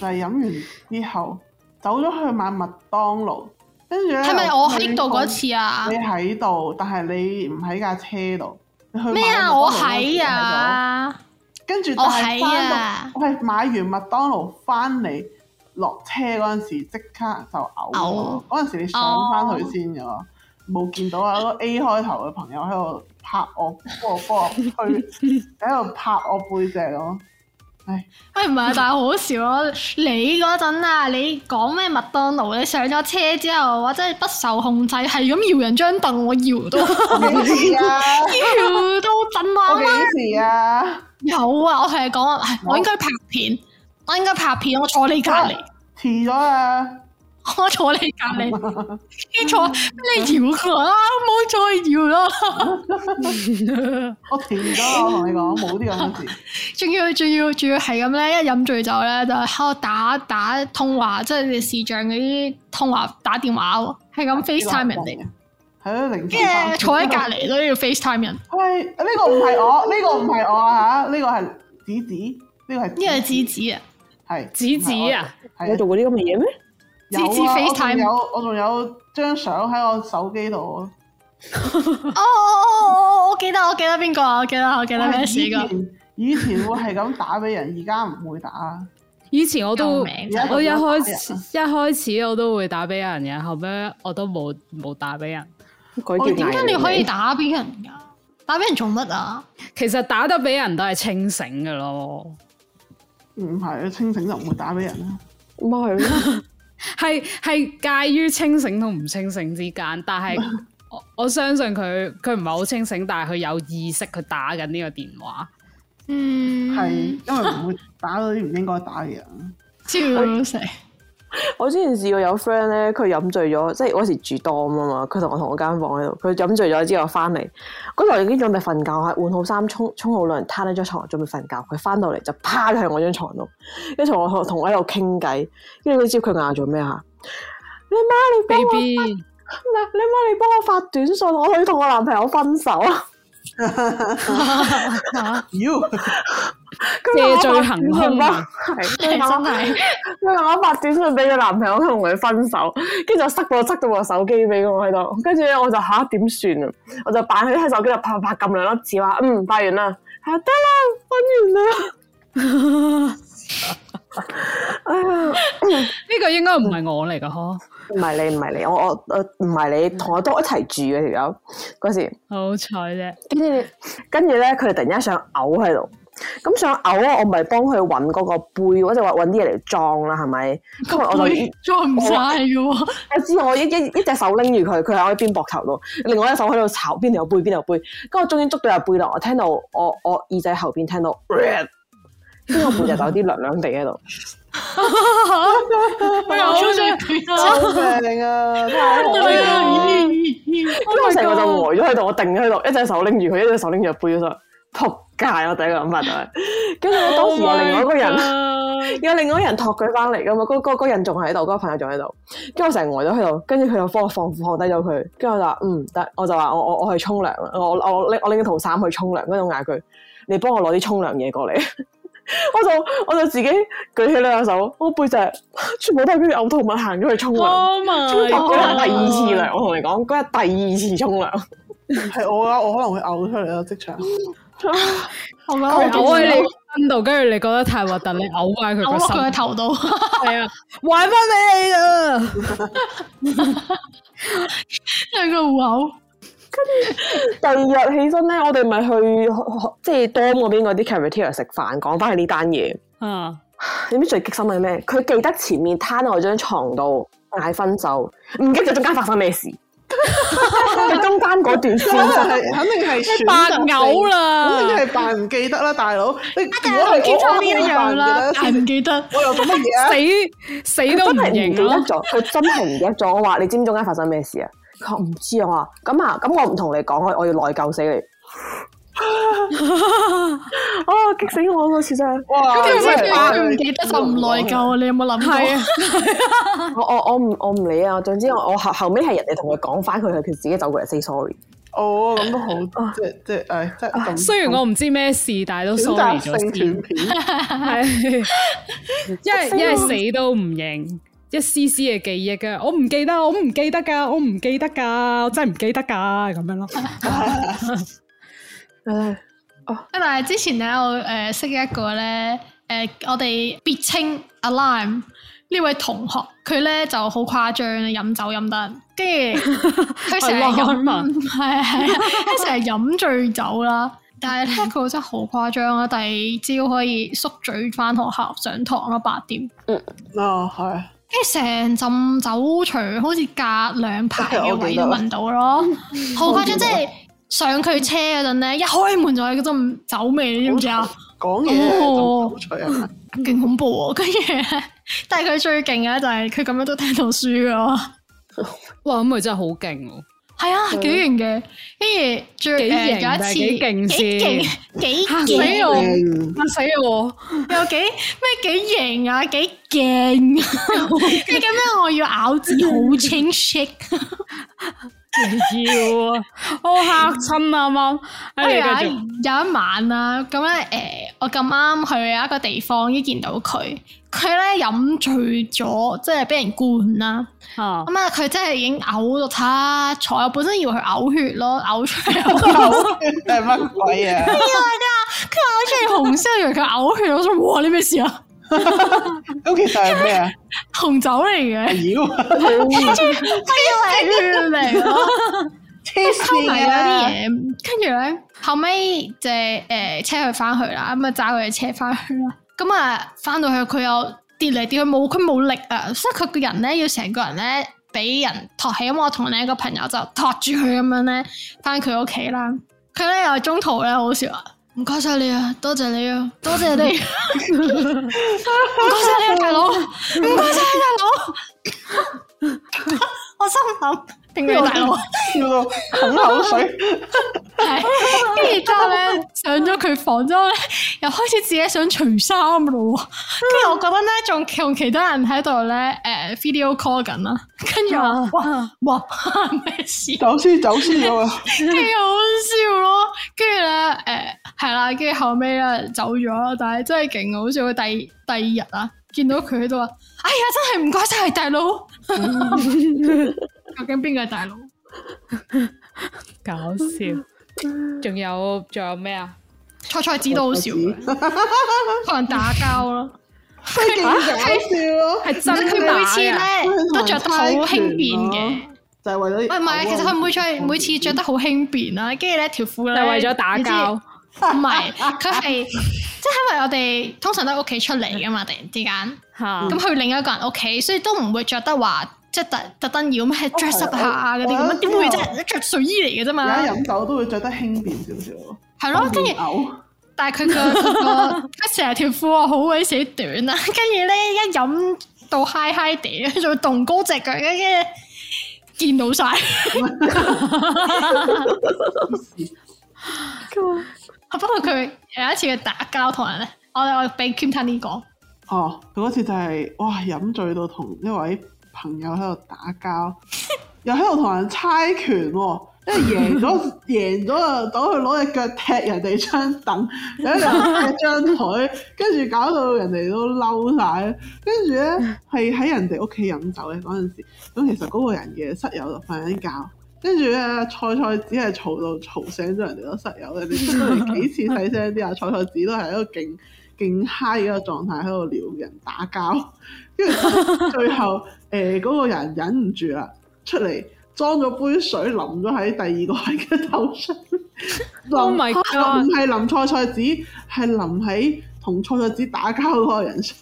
Speaker 1: 就係、飲完之後走咗去買麥當勞，跟住咧
Speaker 2: 係咪我喺度嗰？次啊
Speaker 1: 你？喺度，但係你唔喺架車度。你去
Speaker 2: 咩
Speaker 1: 買麥當
Speaker 2: 啊？
Speaker 1: 勞
Speaker 2: 我
Speaker 1: 嗰時
Speaker 2: 喺
Speaker 1: 喺度！
Speaker 2: 啊！
Speaker 1: 跟住
Speaker 2: 我
Speaker 1: 但係翻
Speaker 2: 喺
Speaker 1: 到
Speaker 2: 啊！
Speaker 1: 我係買完麥當勞翻嚟落車嗰陣時，即刻就嘔
Speaker 2: 嘔哦
Speaker 1: 咗。嗰陣時你上翻去先嘅喎，冇見到 啊！嗰個 A 開頭嘅朋友喺度拍我，幫我幫我推，喺度拍我背脊 咯。
Speaker 2: 喂，唔係啊，但係好笑啊！你嗰陣啊，你講咩麥當勞？你上咗車之後，我真係不受控制，係咁搖人張凳，我搖 到
Speaker 1: 幾時啊？
Speaker 2: 搖到震
Speaker 1: 我
Speaker 2: 啊！
Speaker 1: 幾時啊？
Speaker 2: 有啊，我同你講啊，唉我應該拍片，我應該拍片，我坐你隔離，
Speaker 1: 遲咗啊啦！
Speaker 2: 我坐你隔離，你坐你搖我啦，唔好再搖啦！
Speaker 1: 我遲咗啊啦！我同你講，冇啲咁嘅事。
Speaker 2: 仲要仲要仲要係咁咧，一飲醉酒咧就喺度打打通話，即係你視像嗰啲通話打電話喎，係咁 FaceTime 人哋，
Speaker 1: 係咯，零
Speaker 2: 跟住坐喺隔離都要 FaceTime 人，
Speaker 1: 喂，呢個唔係我，呢個唔係我啊嚇，呢個係子子，呢個係
Speaker 2: 呢個係子子啊，
Speaker 1: 係
Speaker 4: 子子啊，
Speaker 1: 係啊
Speaker 3: 做過啲咁嘅嘢咩？
Speaker 1: 有啊
Speaker 2: 芝芝 FaceTime
Speaker 1: 我仲有我仲有張相喺我手機度，
Speaker 2: 哦哦哦哦，我記得我記得邊個啊，我記得我記得咩事
Speaker 1: 我
Speaker 2: 個
Speaker 1: 係，以前以前會係咁打俾人，而家唔會打。
Speaker 4: 以前我都
Speaker 2: 救
Speaker 4: 我
Speaker 2: 命
Speaker 4: 一
Speaker 2: 真
Speaker 1: 係
Speaker 4: 開 始一開始我都會打俾人嘅，後尾我都冇冇打俾人。
Speaker 3: 佢
Speaker 1: 我
Speaker 3: 叫
Speaker 2: 點解你可以
Speaker 3: 打？
Speaker 2: 打俾人㗎？打俾人做乜啊？
Speaker 4: 其實打得俾人都係清醒嘅咯，
Speaker 1: 唔係，清醒就唔會打俾人啦。
Speaker 3: 咪係咯，
Speaker 4: 係係介於清醒同唔清醒之間，但 係我我相信佢佢唔係好清醒，但係佢有意識佢打緊呢個電話。
Speaker 2: 嗯，
Speaker 1: 係因為唔會打到啲唔應該打嘅人。
Speaker 2: 笑死，
Speaker 3: 我之前試過有 friend 咧，佢飲醉咗，即係我嗰時住 dorm 啊嘛，佢同我同我間房喺度，佢飲醉咗之後翻嚟，嗰頭已經準備瞓覺，係換好衫、沖沖好涼，攤喺張床準備瞓覺，佢翻到嚟就趴咗喺我張床度，跟住同我同我喺度傾偈，跟住你知佢嗌做咩啊？你媽你幫我
Speaker 4: baby，
Speaker 3: 唔係你媽你幫我發短信，我要同我男朋友分手啊！
Speaker 1: 妖，
Speaker 4: 借醉行兇啊
Speaker 3: 係
Speaker 2: 真
Speaker 3: 佢話
Speaker 2: 係
Speaker 3: 佢話我發短信俾佢男朋友，佢同佢分手，跟住就塞到塞到部手機俾我喺度，跟住咧我就吓點算啊？我就扮佢喺手機度啪啪啪撳兩粒字話，嗯，發完啦，係得啦，分完啦。哎呀
Speaker 4: 呢個應該唔係我嚟嘅呵，
Speaker 3: 唔係你，唔係你，我我我唔係你，同我都一齊住嘅條友嗰時。
Speaker 4: 好彩啫。
Speaker 3: 跟住跟住咧，佢哋突然間想嘔喺度，咁想嘔啊！我咪幫佢揾嗰個杯，我就話揾啲嘢嚟裝啦，係咪？今日我就
Speaker 2: 會裝唔晒嘅喎，
Speaker 3: 我知我一一一隻手拎住佢，佢喺我邊膊頭度，另外一隻手喺度炒邊度有杯邊度有杯，跟住我終於捉到有杯啦！我聽到我我耳仔後邊聽到， 跟住我背脊就有啲涼涼地喺度。
Speaker 2: 我好想佢啊！
Speaker 1: 救命啊！真係好
Speaker 4: 哎
Speaker 1: 可
Speaker 2: 對
Speaker 1: 憐
Speaker 2: 啊
Speaker 1: 啊
Speaker 2: 咦咦咦
Speaker 3: 跟住我成個就呆咗喺度，我定咗喺度，一隻手拎住佢，一隻手拎住個杯嗰度，仆街！我第一個諗法就係、跟住我當時有另外一個人。有另外一個人托佢翻嚟噶嘛，嗰嗰嗰人仲喺度，嗰、個朋友仲喺度，跟住我成日呆咗喺度，跟住佢又幫我放放低咗佢，跟住我就話嗯得，我就話我我我去沖涼啦，我我我拎我拎套衫去沖涼，跟住我嗌佢，你幫我攞啲沖涼嘢過嚟， 我就我就自己舉起兩隻手，我背脊全部都係嗰啲嘔吐物行咗去沖涼，
Speaker 4: Oh my
Speaker 3: 沖咗嗰日第二次
Speaker 4: God
Speaker 3: 涼，我同你講嗰日第二次沖涼，
Speaker 1: 係我啊，我可能會嘔出嚟咯，即場。
Speaker 2: 我覺得
Speaker 4: 佢
Speaker 2: 好
Speaker 4: 嘔喺你身度，跟住你覺得太核突，你嘔翻佢
Speaker 2: 嘔
Speaker 4: 個
Speaker 2: 落
Speaker 4: 心
Speaker 2: 佢個頭度，
Speaker 4: 係啊，還翻俾你啊！
Speaker 2: 因為佢好嘔。
Speaker 3: 第二日起身咧，我哋咪去即係 d 嗰邊嗰啲 cafeteria 食飯，講翻起呢單嘢。
Speaker 4: 啊，
Speaker 3: 你知唔知最激心係咩？佢記得前面攤喺我張床度嗌分手，唔記得中間發生 咩事。佢中間嗰段先
Speaker 1: 肯定
Speaker 3: 真係
Speaker 1: 係肯定係選
Speaker 4: 扮
Speaker 1: 擇性
Speaker 4: 嘔啦
Speaker 1: 肯定係扮唔記得啦，大佬。你如
Speaker 2: 但係
Speaker 1: 果
Speaker 2: 同
Speaker 1: 係
Speaker 2: 檢
Speaker 1: 我
Speaker 2: 測呢一樣啦，但 係唔記得。
Speaker 1: 我又做乜嘢啊？
Speaker 4: 死死
Speaker 3: 佢
Speaker 4: 都
Speaker 3: 真
Speaker 4: 唔
Speaker 3: 係唔記
Speaker 4: 認啊
Speaker 3: 得
Speaker 4: 咯。
Speaker 3: 咗，佢真係唔記得咗。我話你知唔知中間發生咩事啊？佢話唔知啊。我話咁啊，咁我唔同你講，我我要內疚 死你。 啊！激死我嗰次真係，
Speaker 1: 哇！
Speaker 2: 跟住
Speaker 3: 真
Speaker 2: 咩
Speaker 3: 係
Speaker 2: 叫佢唔記得就唔內疚，你有冇諗
Speaker 4: 係啊
Speaker 2: 過？
Speaker 3: 我我我唔我唔理啊！總之我我後後尾係人哋同佢講翻，佢佢自己走過嚟 say sorry。
Speaker 1: 哦，咁都好，即係即係，唉，即係咁。
Speaker 4: 雖然我唔知咩事，但係都
Speaker 1: 選
Speaker 4: sorry
Speaker 1: 擇性
Speaker 4: 咗先
Speaker 1: 斷。片，
Speaker 4: 係，因為因為死都唔認，一絲絲嘅記憶噶，我唔記得，我唔記得噶，我唔記得噶，我真係唔記得噶，咁樣咯。
Speaker 3: 唉，
Speaker 2: 但係之前咧，我誒、呃、識一個咧，誒、呃、我哋別稱 alarm 呢位同學，佢咧就好誇張，飲酒飲得，跟住 佢成日
Speaker 4: Alarm 啊
Speaker 2: 飲，係 係，佢成日飲醉酒啦。但係咧，佢真係好誇張啊啦！第二朝可以縮嘴翻學校上堂啦，八點，
Speaker 1: 哦，係。
Speaker 2: 跟住成浸酒除，好似隔兩排嘅
Speaker 1: 我記得
Speaker 2: 位都
Speaker 1: 啦
Speaker 2: 聞到咯， 好誇張！即係上佢車嗰陣咧，一開門就係嗰陣酒味，你知唔知啊？
Speaker 1: 講嘢係咁好趣啊！
Speaker 2: 勁恐怖喎！跟住咧，但係佢最勁嘅就係佢咁樣都聽到書咯。
Speaker 4: 哇，咁佢真係好勁喎！
Speaker 2: 係啊，幾勁嘅。跟住最
Speaker 4: 幾
Speaker 2: 誒
Speaker 4: 型但係幾
Speaker 2: 有一
Speaker 4: 勁
Speaker 2: 次
Speaker 4: 先
Speaker 2: 幾勁幾
Speaker 4: 嚇死
Speaker 2: 勁，
Speaker 4: 我，
Speaker 1: 嗯
Speaker 4: 嚇死我！
Speaker 2: 又幾咩幾型啊，幾勁！你 咁樣我要咬字好清晰。
Speaker 4: 要啊！我嚇親啊啱啱，
Speaker 2: 跟住有
Speaker 4: 哎你繼續。
Speaker 2: 一有一晚啦，咁啊咧誒，我咁啱去一個地方，一見到佢，佢咧飲醉咗，即係俾人灌啦。
Speaker 4: 啊
Speaker 2: 咁啊，佢真係已經嘔到七彩，我本身以為佢嘔血咯，嘔出嚟，
Speaker 1: 係乜鬼啊？
Speaker 2: 佢嘔出嚟紅色，我以為佢嘔血，我想哇，你咩事啊？
Speaker 1: 咁其實係咩啊？
Speaker 2: 紅酒嚟嘅，
Speaker 1: 妖啊！
Speaker 4: 啊
Speaker 2: 我以為 血嚟咯，
Speaker 1: 黐
Speaker 2: 溝埋
Speaker 1: 線
Speaker 2: 咗啲
Speaker 1: 啊！
Speaker 2: 嘢，跟住咧後尾就係誒車佢翻去啦，咁啊揸佢嘅車翻去啦，咁啊翻到去佢又跌嚟跌去，冇佢冇力啊，所以佢個人咧要成個人咧俾人托起，咁我同另一個朋友就托住佢咁樣咧翻佢屋企啦，佢咧又中途咧好笑啊！唔該晒你啊，多謝你啊，多謝你，唔該晒你啊，大佬，唔該晒你大佬， 我心諗定你大佬。啊
Speaker 1: 笑到啃口水，
Speaker 2: 係，跟住之後咧上咗佢房之後咧，又開始自己想除衫咯喎。跟住我覺得咧，仲同其他人喺度咧，誒、video call 緊啦。跟住我哇哇咩事？
Speaker 1: 走私走私咗啊！
Speaker 2: 跟住好笑咯。跟住咧誒係啦，跟住後尾咧走咗啦。但係真係勁好笑。佢第第二日啊，見到佢喺度話：哎呀，真係唔該晒大佬。 究竟邊個係大佬？
Speaker 4: 搞笑，仲有仲有咩啊？
Speaker 2: 菜菜子 都好笑嘅，可能打交咯。
Speaker 1: 真係勁搞笑咯！
Speaker 4: 係真
Speaker 2: 佢每次
Speaker 4: 打啊
Speaker 2: 咧啊都着得好輕便嘅，
Speaker 1: 就係為咗嗯
Speaker 2: 喂唔係啊，其實佢每次每次着得好輕便啦，跟住咧條褲咧
Speaker 4: 就為咗打交，
Speaker 2: 你知唔係佢係即係因為我哋通常都喺屋企出嚟噶嘛，突然之間
Speaker 4: 嚇
Speaker 2: 咁去另一個人屋企，所以都唔會着得話即係特特登要咩 dress up 下嗰啲
Speaker 4: 哦
Speaker 2: 咁
Speaker 1: 我
Speaker 2: 樣，點會
Speaker 1: 知啊
Speaker 2: 啫？着睡衣嚟嘅
Speaker 1: 而
Speaker 2: 啫
Speaker 1: 家
Speaker 2: 嘛，
Speaker 1: 飲酒都會着得輕便少少咯，
Speaker 2: 係咯，啊跟住。
Speaker 1: 嘔。
Speaker 2: 但係佢個佢個佢成日條褲啊好鬼死短啊， 跟住咧一飲到嗨嗨地， 仲動高隻腳，跟住見到晒， 不過佢有一次佢打交同人咧，我我俾 Kim Tony 講，
Speaker 1: 哦，佢嗰次就係、哇飲醉到同一位朋友喺度打 交，又喺度同人猜拳喎、因為贏咗 贏咗就等佢攞只腳踢人哋張凳，有一人踢張台，跟住搞到人哋都嬲晒。跟住咧係喺人哋屋企飲酒嘅嗰陣時，咁其實嗰個人嘅室友就瞓緊覺。跟住咧，菜菜只係嘈到嘈醒咗人哋個室友，人哋出到嚟幾次細聲啲啊！菜菜子都係喺度勁 勁嗨嘅狀態喺度撩人打交，跟住最後誒嗰、個人忍唔住啦，出嚟裝咗杯水淋咗喺第二個人嘅頭上，淋
Speaker 4: Oh my
Speaker 1: 唔
Speaker 4: god！
Speaker 1: 係淋菜菜子，係淋喺同菜菜子打交嗰個人上。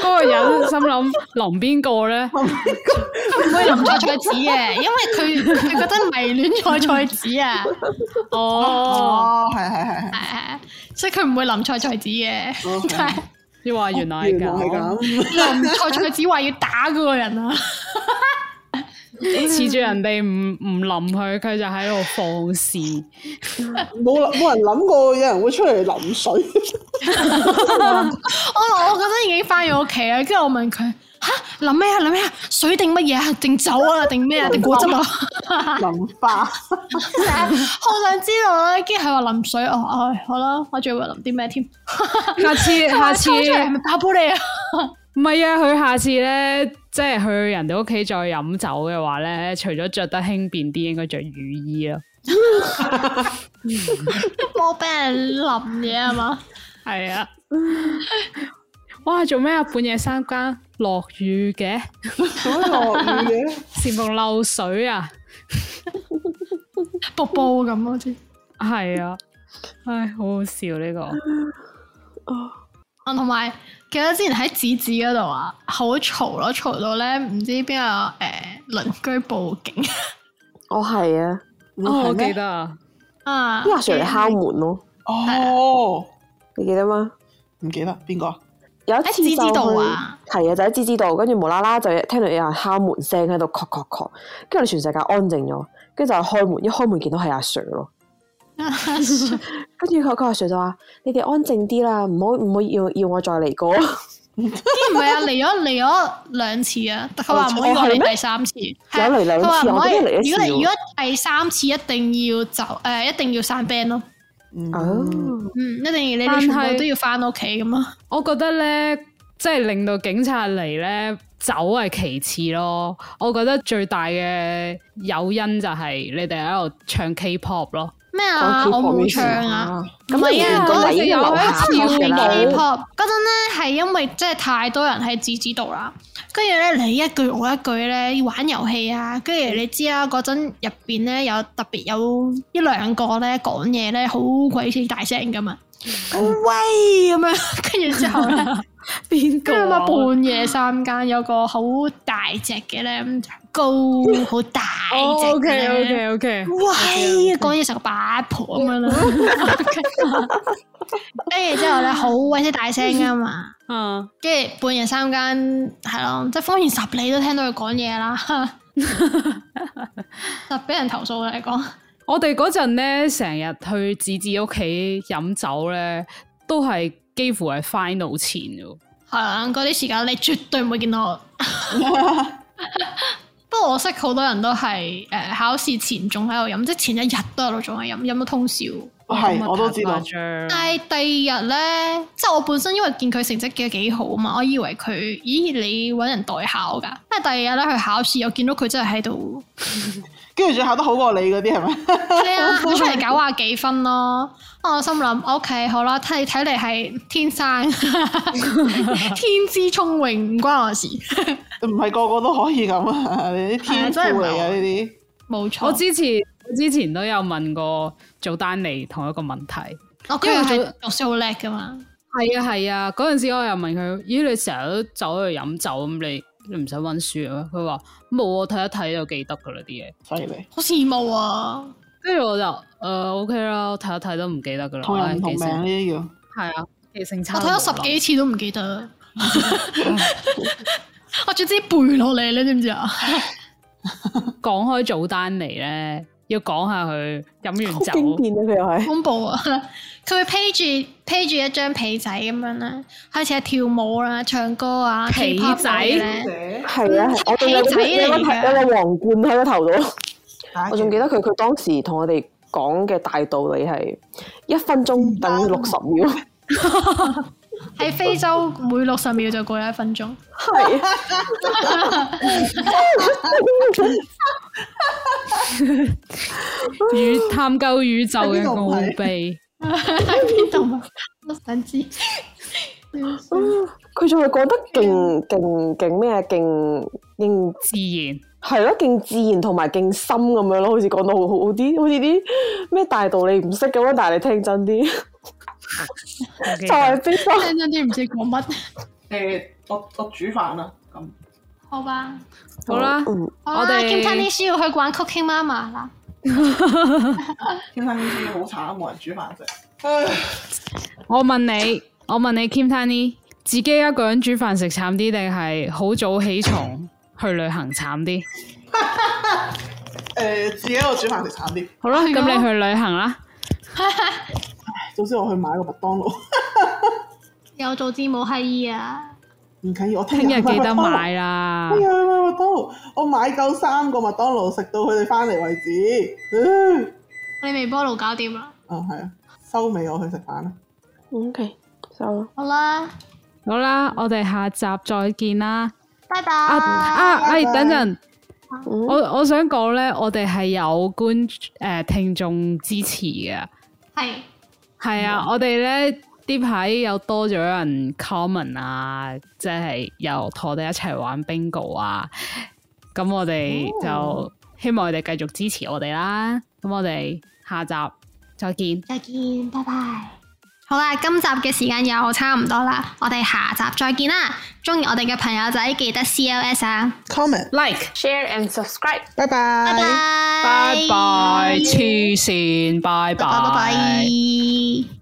Speaker 4: 嗰個人心諗淋邊個咧？
Speaker 2: 唔會淋錯菜籽嘅，因為佢佢覺得迷戀錯菜籽啊，
Speaker 4: 哦，
Speaker 1: 哦，係係係係
Speaker 2: 係係，所以佢唔會淋錯菜籽嘅，
Speaker 1: 哦
Speaker 2: 但係
Speaker 4: 你話哦原來係
Speaker 1: 原來係
Speaker 4: 咁，
Speaker 1: 咁，
Speaker 2: 淋錯菜籽話要打嗰個人啊，
Speaker 4: 恃住人哋唔唔淋佢，佢就喺度放肆。
Speaker 1: 冇諗冇人諗過有人會出嚟淋水，
Speaker 2: 我我覺得已經翻咗屋企啦，跟住我問佢吓淋咩啊淋咩啊水定乜嘢啊定酒啊定咩啊定果汁 啊，
Speaker 1: 淋花。
Speaker 2: 好想知道啦，跟住佢話淋水，我話唉好啦，我仲以為淋啲咩添，
Speaker 4: 下次 下次
Speaker 2: 抽出嚟係咪打波你啊？
Speaker 4: 唔係啊，佢下次咧，即係去人哋屋企再飲酒嘅話咧，除咗着得輕便啲，應該着雨衣咯。
Speaker 2: 冇俾人淋嘢啊嘛？
Speaker 4: 係啊， 哇，做咩啊？半夜三更落雨嘅，
Speaker 1: 咁落雨嘅，
Speaker 4: 羨慕漏水啊！
Speaker 2: 瀑布咁好似。
Speaker 4: 係啊，唉，好好笑呢、個。
Speaker 2: 啊，同埋記得之前喺紙紙嗰度啊，好嘈咯，嘈到咧唔知邊個誒鄰居報警
Speaker 3: 我係啊，
Speaker 4: 哦，我
Speaker 1: 係咩
Speaker 4: 記得啊，
Speaker 2: 啊，
Speaker 3: 啲阿 Sir 嚟敲 門咯，
Speaker 1: 哦，
Speaker 3: 你記得嗎？
Speaker 1: 唔記得邊個？啊
Speaker 3: 有一次就
Speaker 2: 喺
Speaker 3: 去
Speaker 2: 芝芝道啊
Speaker 3: 係啊，就喺芝芝道，跟住無啦啦就聽到有人敲門聲喺度，確確確，跟住我哋全世界安靜咗，跟住就開門，一開門見到係阿 Sir 咯。跟住佢佢阿 Sir 就話：你哋安靜啲啦，唔好唔好要要我再嚟過。啊
Speaker 2: 啲唔係啊，嚟咗嚟咗兩次啊，但佢話唔可以
Speaker 3: 哦係
Speaker 2: 嚟
Speaker 3: 咩
Speaker 2: 第三次，係啊
Speaker 3: 有嚟兩次
Speaker 2: 佢話唔可以
Speaker 3: 我都係嚟一次
Speaker 2: 如果
Speaker 3: 喎
Speaker 2: 如果第三次一定要走誒，一定要散 band 咯，
Speaker 3: 哦，
Speaker 2: 嗯，一定要你
Speaker 4: 但
Speaker 2: 哋
Speaker 4: 係
Speaker 2: 全部都要翻屋企咁啊，
Speaker 4: 我覺得咧，即係令到警察嚟咧，走係其次咯。我覺得最大嘅誘因就係你哋喺度唱 K-pop 咯。
Speaker 2: 咩啊，我冇唱啊。唔係啊，
Speaker 3: 咁
Speaker 2: 嗰陣時
Speaker 3: 你已經
Speaker 2: 有
Speaker 3: 留
Speaker 2: 喺
Speaker 3: 下
Speaker 2: 跳
Speaker 3: 咗㗎啦
Speaker 2: K-pop，嗰陣咧係因為真係太多人喺紙紙度啦，跟住咧你一句我一句咧玩遊戲啊，跟住你知啊嗰陣入邊咧有特別有一兩個咧講嘢咧好鬼死大聲噶嘛，喂咁樣，跟住之後咧。
Speaker 4: 邊
Speaker 1: 啊
Speaker 2: 跟住乜半夜三更有個好大隻嘅咧，高好大隻
Speaker 4: ？O
Speaker 2: 嘅
Speaker 4: K
Speaker 2: 呢
Speaker 4: O K
Speaker 1: 哦
Speaker 4: O K，
Speaker 2: 喂，講嘢成個八婆咁樣啦，跟住之後咧好鬼死大聲噶嘛，
Speaker 4: 啊，
Speaker 2: 跟住半夜三更係咯，即係方言十里都聽到佢講嘢啦，就俾人投訴啦你講，
Speaker 4: 我哋嗰陣咧，成日去子子屋企飲酒咧，都係幾乎係 final 前嘅。
Speaker 2: 係啊，嗰啲時間你絕對唔會見到我。不過我識好多人都係誒、呃考試前仲喺度飲，即係前一日都喺度仲係飲，飲到通宵。
Speaker 4: 咁啊
Speaker 1: 哦係我都知道
Speaker 4: 太，誇張
Speaker 2: 但係第二日咧，即係我本身因為見佢成績嘅幾好啊嘛，我以為佢，咦你揾人代考㗎？但係第二日咧佢考試，我見到佢真係喺 度，
Speaker 1: 跟住仲考得好過你嗰啲係咪？
Speaker 2: 係啊，佢出嚟九啊幾分咯。我心諗，OK，好啦，睇睇嚟係天 生天資聰穎，唔關我事，
Speaker 1: 唔係個個都可以咁啊！你啲天賦嚟
Speaker 2: 係
Speaker 1: 嘅
Speaker 2: 啊
Speaker 1: 呢啲，
Speaker 2: 冇
Speaker 4: 我
Speaker 2: 錯。
Speaker 4: 之前我之前都有問過做丹尼同一個問題。
Speaker 2: 我
Speaker 4: 因
Speaker 2: 跟
Speaker 4: 為
Speaker 2: 住哦
Speaker 4: 早
Speaker 2: 係讀書好叻㗎嘛，
Speaker 4: 係啊係啊，嗰陣、時我又問佢：咦，你成日都走去飲酒咁，你你唔使温書嘅咩？佢話冇，我睇一睇就記得噶啦啲嘢。
Speaker 1: 犀利，
Speaker 2: 好羨慕啊！
Speaker 4: 跟住我就誒、呃 OK 啦，我睇一睇都唔記得噶啦。
Speaker 1: 同人唔同
Speaker 4: 唉記
Speaker 1: 命
Speaker 4: 性
Speaker 1: 呢啲叫。
Speaker 4: 係啊，記性差
Speaker 2: 我
Speaker 4: 到無
Speaker 2: 睇
Speaker 4: 倫。
Speaker 2: 咗十幾次都唔記得， 我總之背落嚟，你知唔知啊？
Speaker 4: 講開早丹尼咧，要講下佢飲
Speaker 3: 好
Speaker 4: 完酒，
Speaker 3: 經典啊！佢又係
Speaker 2: 恐怖啊！ 佢會披住披住一張被仔咁樣啦，開始係跳舞啦、唱歌啊、
Speaker 4: 被
Speaker 2: K-pop
Speaker 4: 仔
Speaker 2: 嗰啲咧
Speaker 3: 係啊，我仲有個
Speaker 2: 仔嚟㗎
Speaker 3: 有個有個皇冠喺個頭度。我仲記
Speaker 1: 得
Speaker 3: 得佢佢當時同我哋講嘅大道理係一分鐘等於六十 秒，
Speaker 2: 喺非洲每六十秒就過一分鐘。
Speaker 3: 係啊
Speaker 4: 宇探究宇宙嘅
Speaker 1: 喺邊度唔
Speaker 4: 奧
Speaker 1: 係
Speaker 4: 秘。
Speaker 2: 喺邊度啊？ 我想知。
Speaker 3: 佢仲係講得勁勁勁咩啊？勁勁
Speaker 4: 自然，
Speaker 3: 係咯，勁自然同埋勁深咁樣咯，好似講到好好好啲，好似啲咩大道理唔識咁 樣，但係你聽真啲，就係非洲
Speaker 2: 聽真啲唔知講乜，
Speaker 1: 誒，我我煮飯啦，咁
Speaker 2: 好吧，
Speaker 4: 好啦，
Speaker 3: 嗯
Speaker 2: 好
Speaker 4: 我
Speaker 2: 啦
Speaker 4: 哋
Speaker 2: ，Kim t a n i s 要去玩 Cooking Mama 啦，
Speaker 1: 天生呢啲好慘，冇人煮飯食。唉
Speaker 4: 我問你，我問你，Kim Tani，自己一個人煮飯食慘啲，定係好早起床去旅行慘啲？
Speaker 1: 誒，呃自己喺度煮飯食慘啲。
Speaker 4: 好啦，
Speaker 2: 係咯
Speaker 4: 咁你去旅行啦。
Speaker 1: 早知我去買個麥當勞，
Speaker 2: 有早知冇乞衣啊，
Speaker 1: 唔緊要，我聽
Speaker 4: 聽日
Speaker 1: 日
Speaker 4: 記得買
Speaker 1: 買。
Speaker 4: 啊啦
Speaker 1: 哎。呀，買麥當勞，我買夠三個麥當勞，食到佢哋翻嚟為止。
Speaker 2: 你微波爐搞掂啦，
Speaker 1: 啊，係啊，收尾我去食飯啦。
Speaker 3: ，OK，收啦。
Speaker 2: 好啦，
Speaker 4: 好啦，我哋下集再見啦。
Speaker 2: 拜拜。
Speaker 4: 啊啊，哎，等陣，
Speaker 3: 嗯
Speaker 4: 我我想講咧，我哋係有觀诶听众支持嘅，
Speaker 2: 係
Speaker 4: 係
Speaker 2: 嗯
Speaker 4: 啊，我哋咧呢排有多咗人 comment 啊，即係又同我哋一齊玩 bingo 啊，咁我哋
Speaker 2: 哦
Speaker 4: 就希望你哋繼續支持我哋啦。咁我哋下集再見，
Speaker 2: 再見，拜拜。好啦，今集嘅時間又差唔多啦，我哋下集再見啦。中意我哋嘅朋友仔記得 CLS 啊，
Speaker 1: Comment，
Speaker 4: like。
Speaker 3: Share and subscribe。
Speaker 1: 拜
Speaker 2: 拜拜，
Speaker 4: 拜拜，黐線，拜拜。
Speaker 2: 拜拜。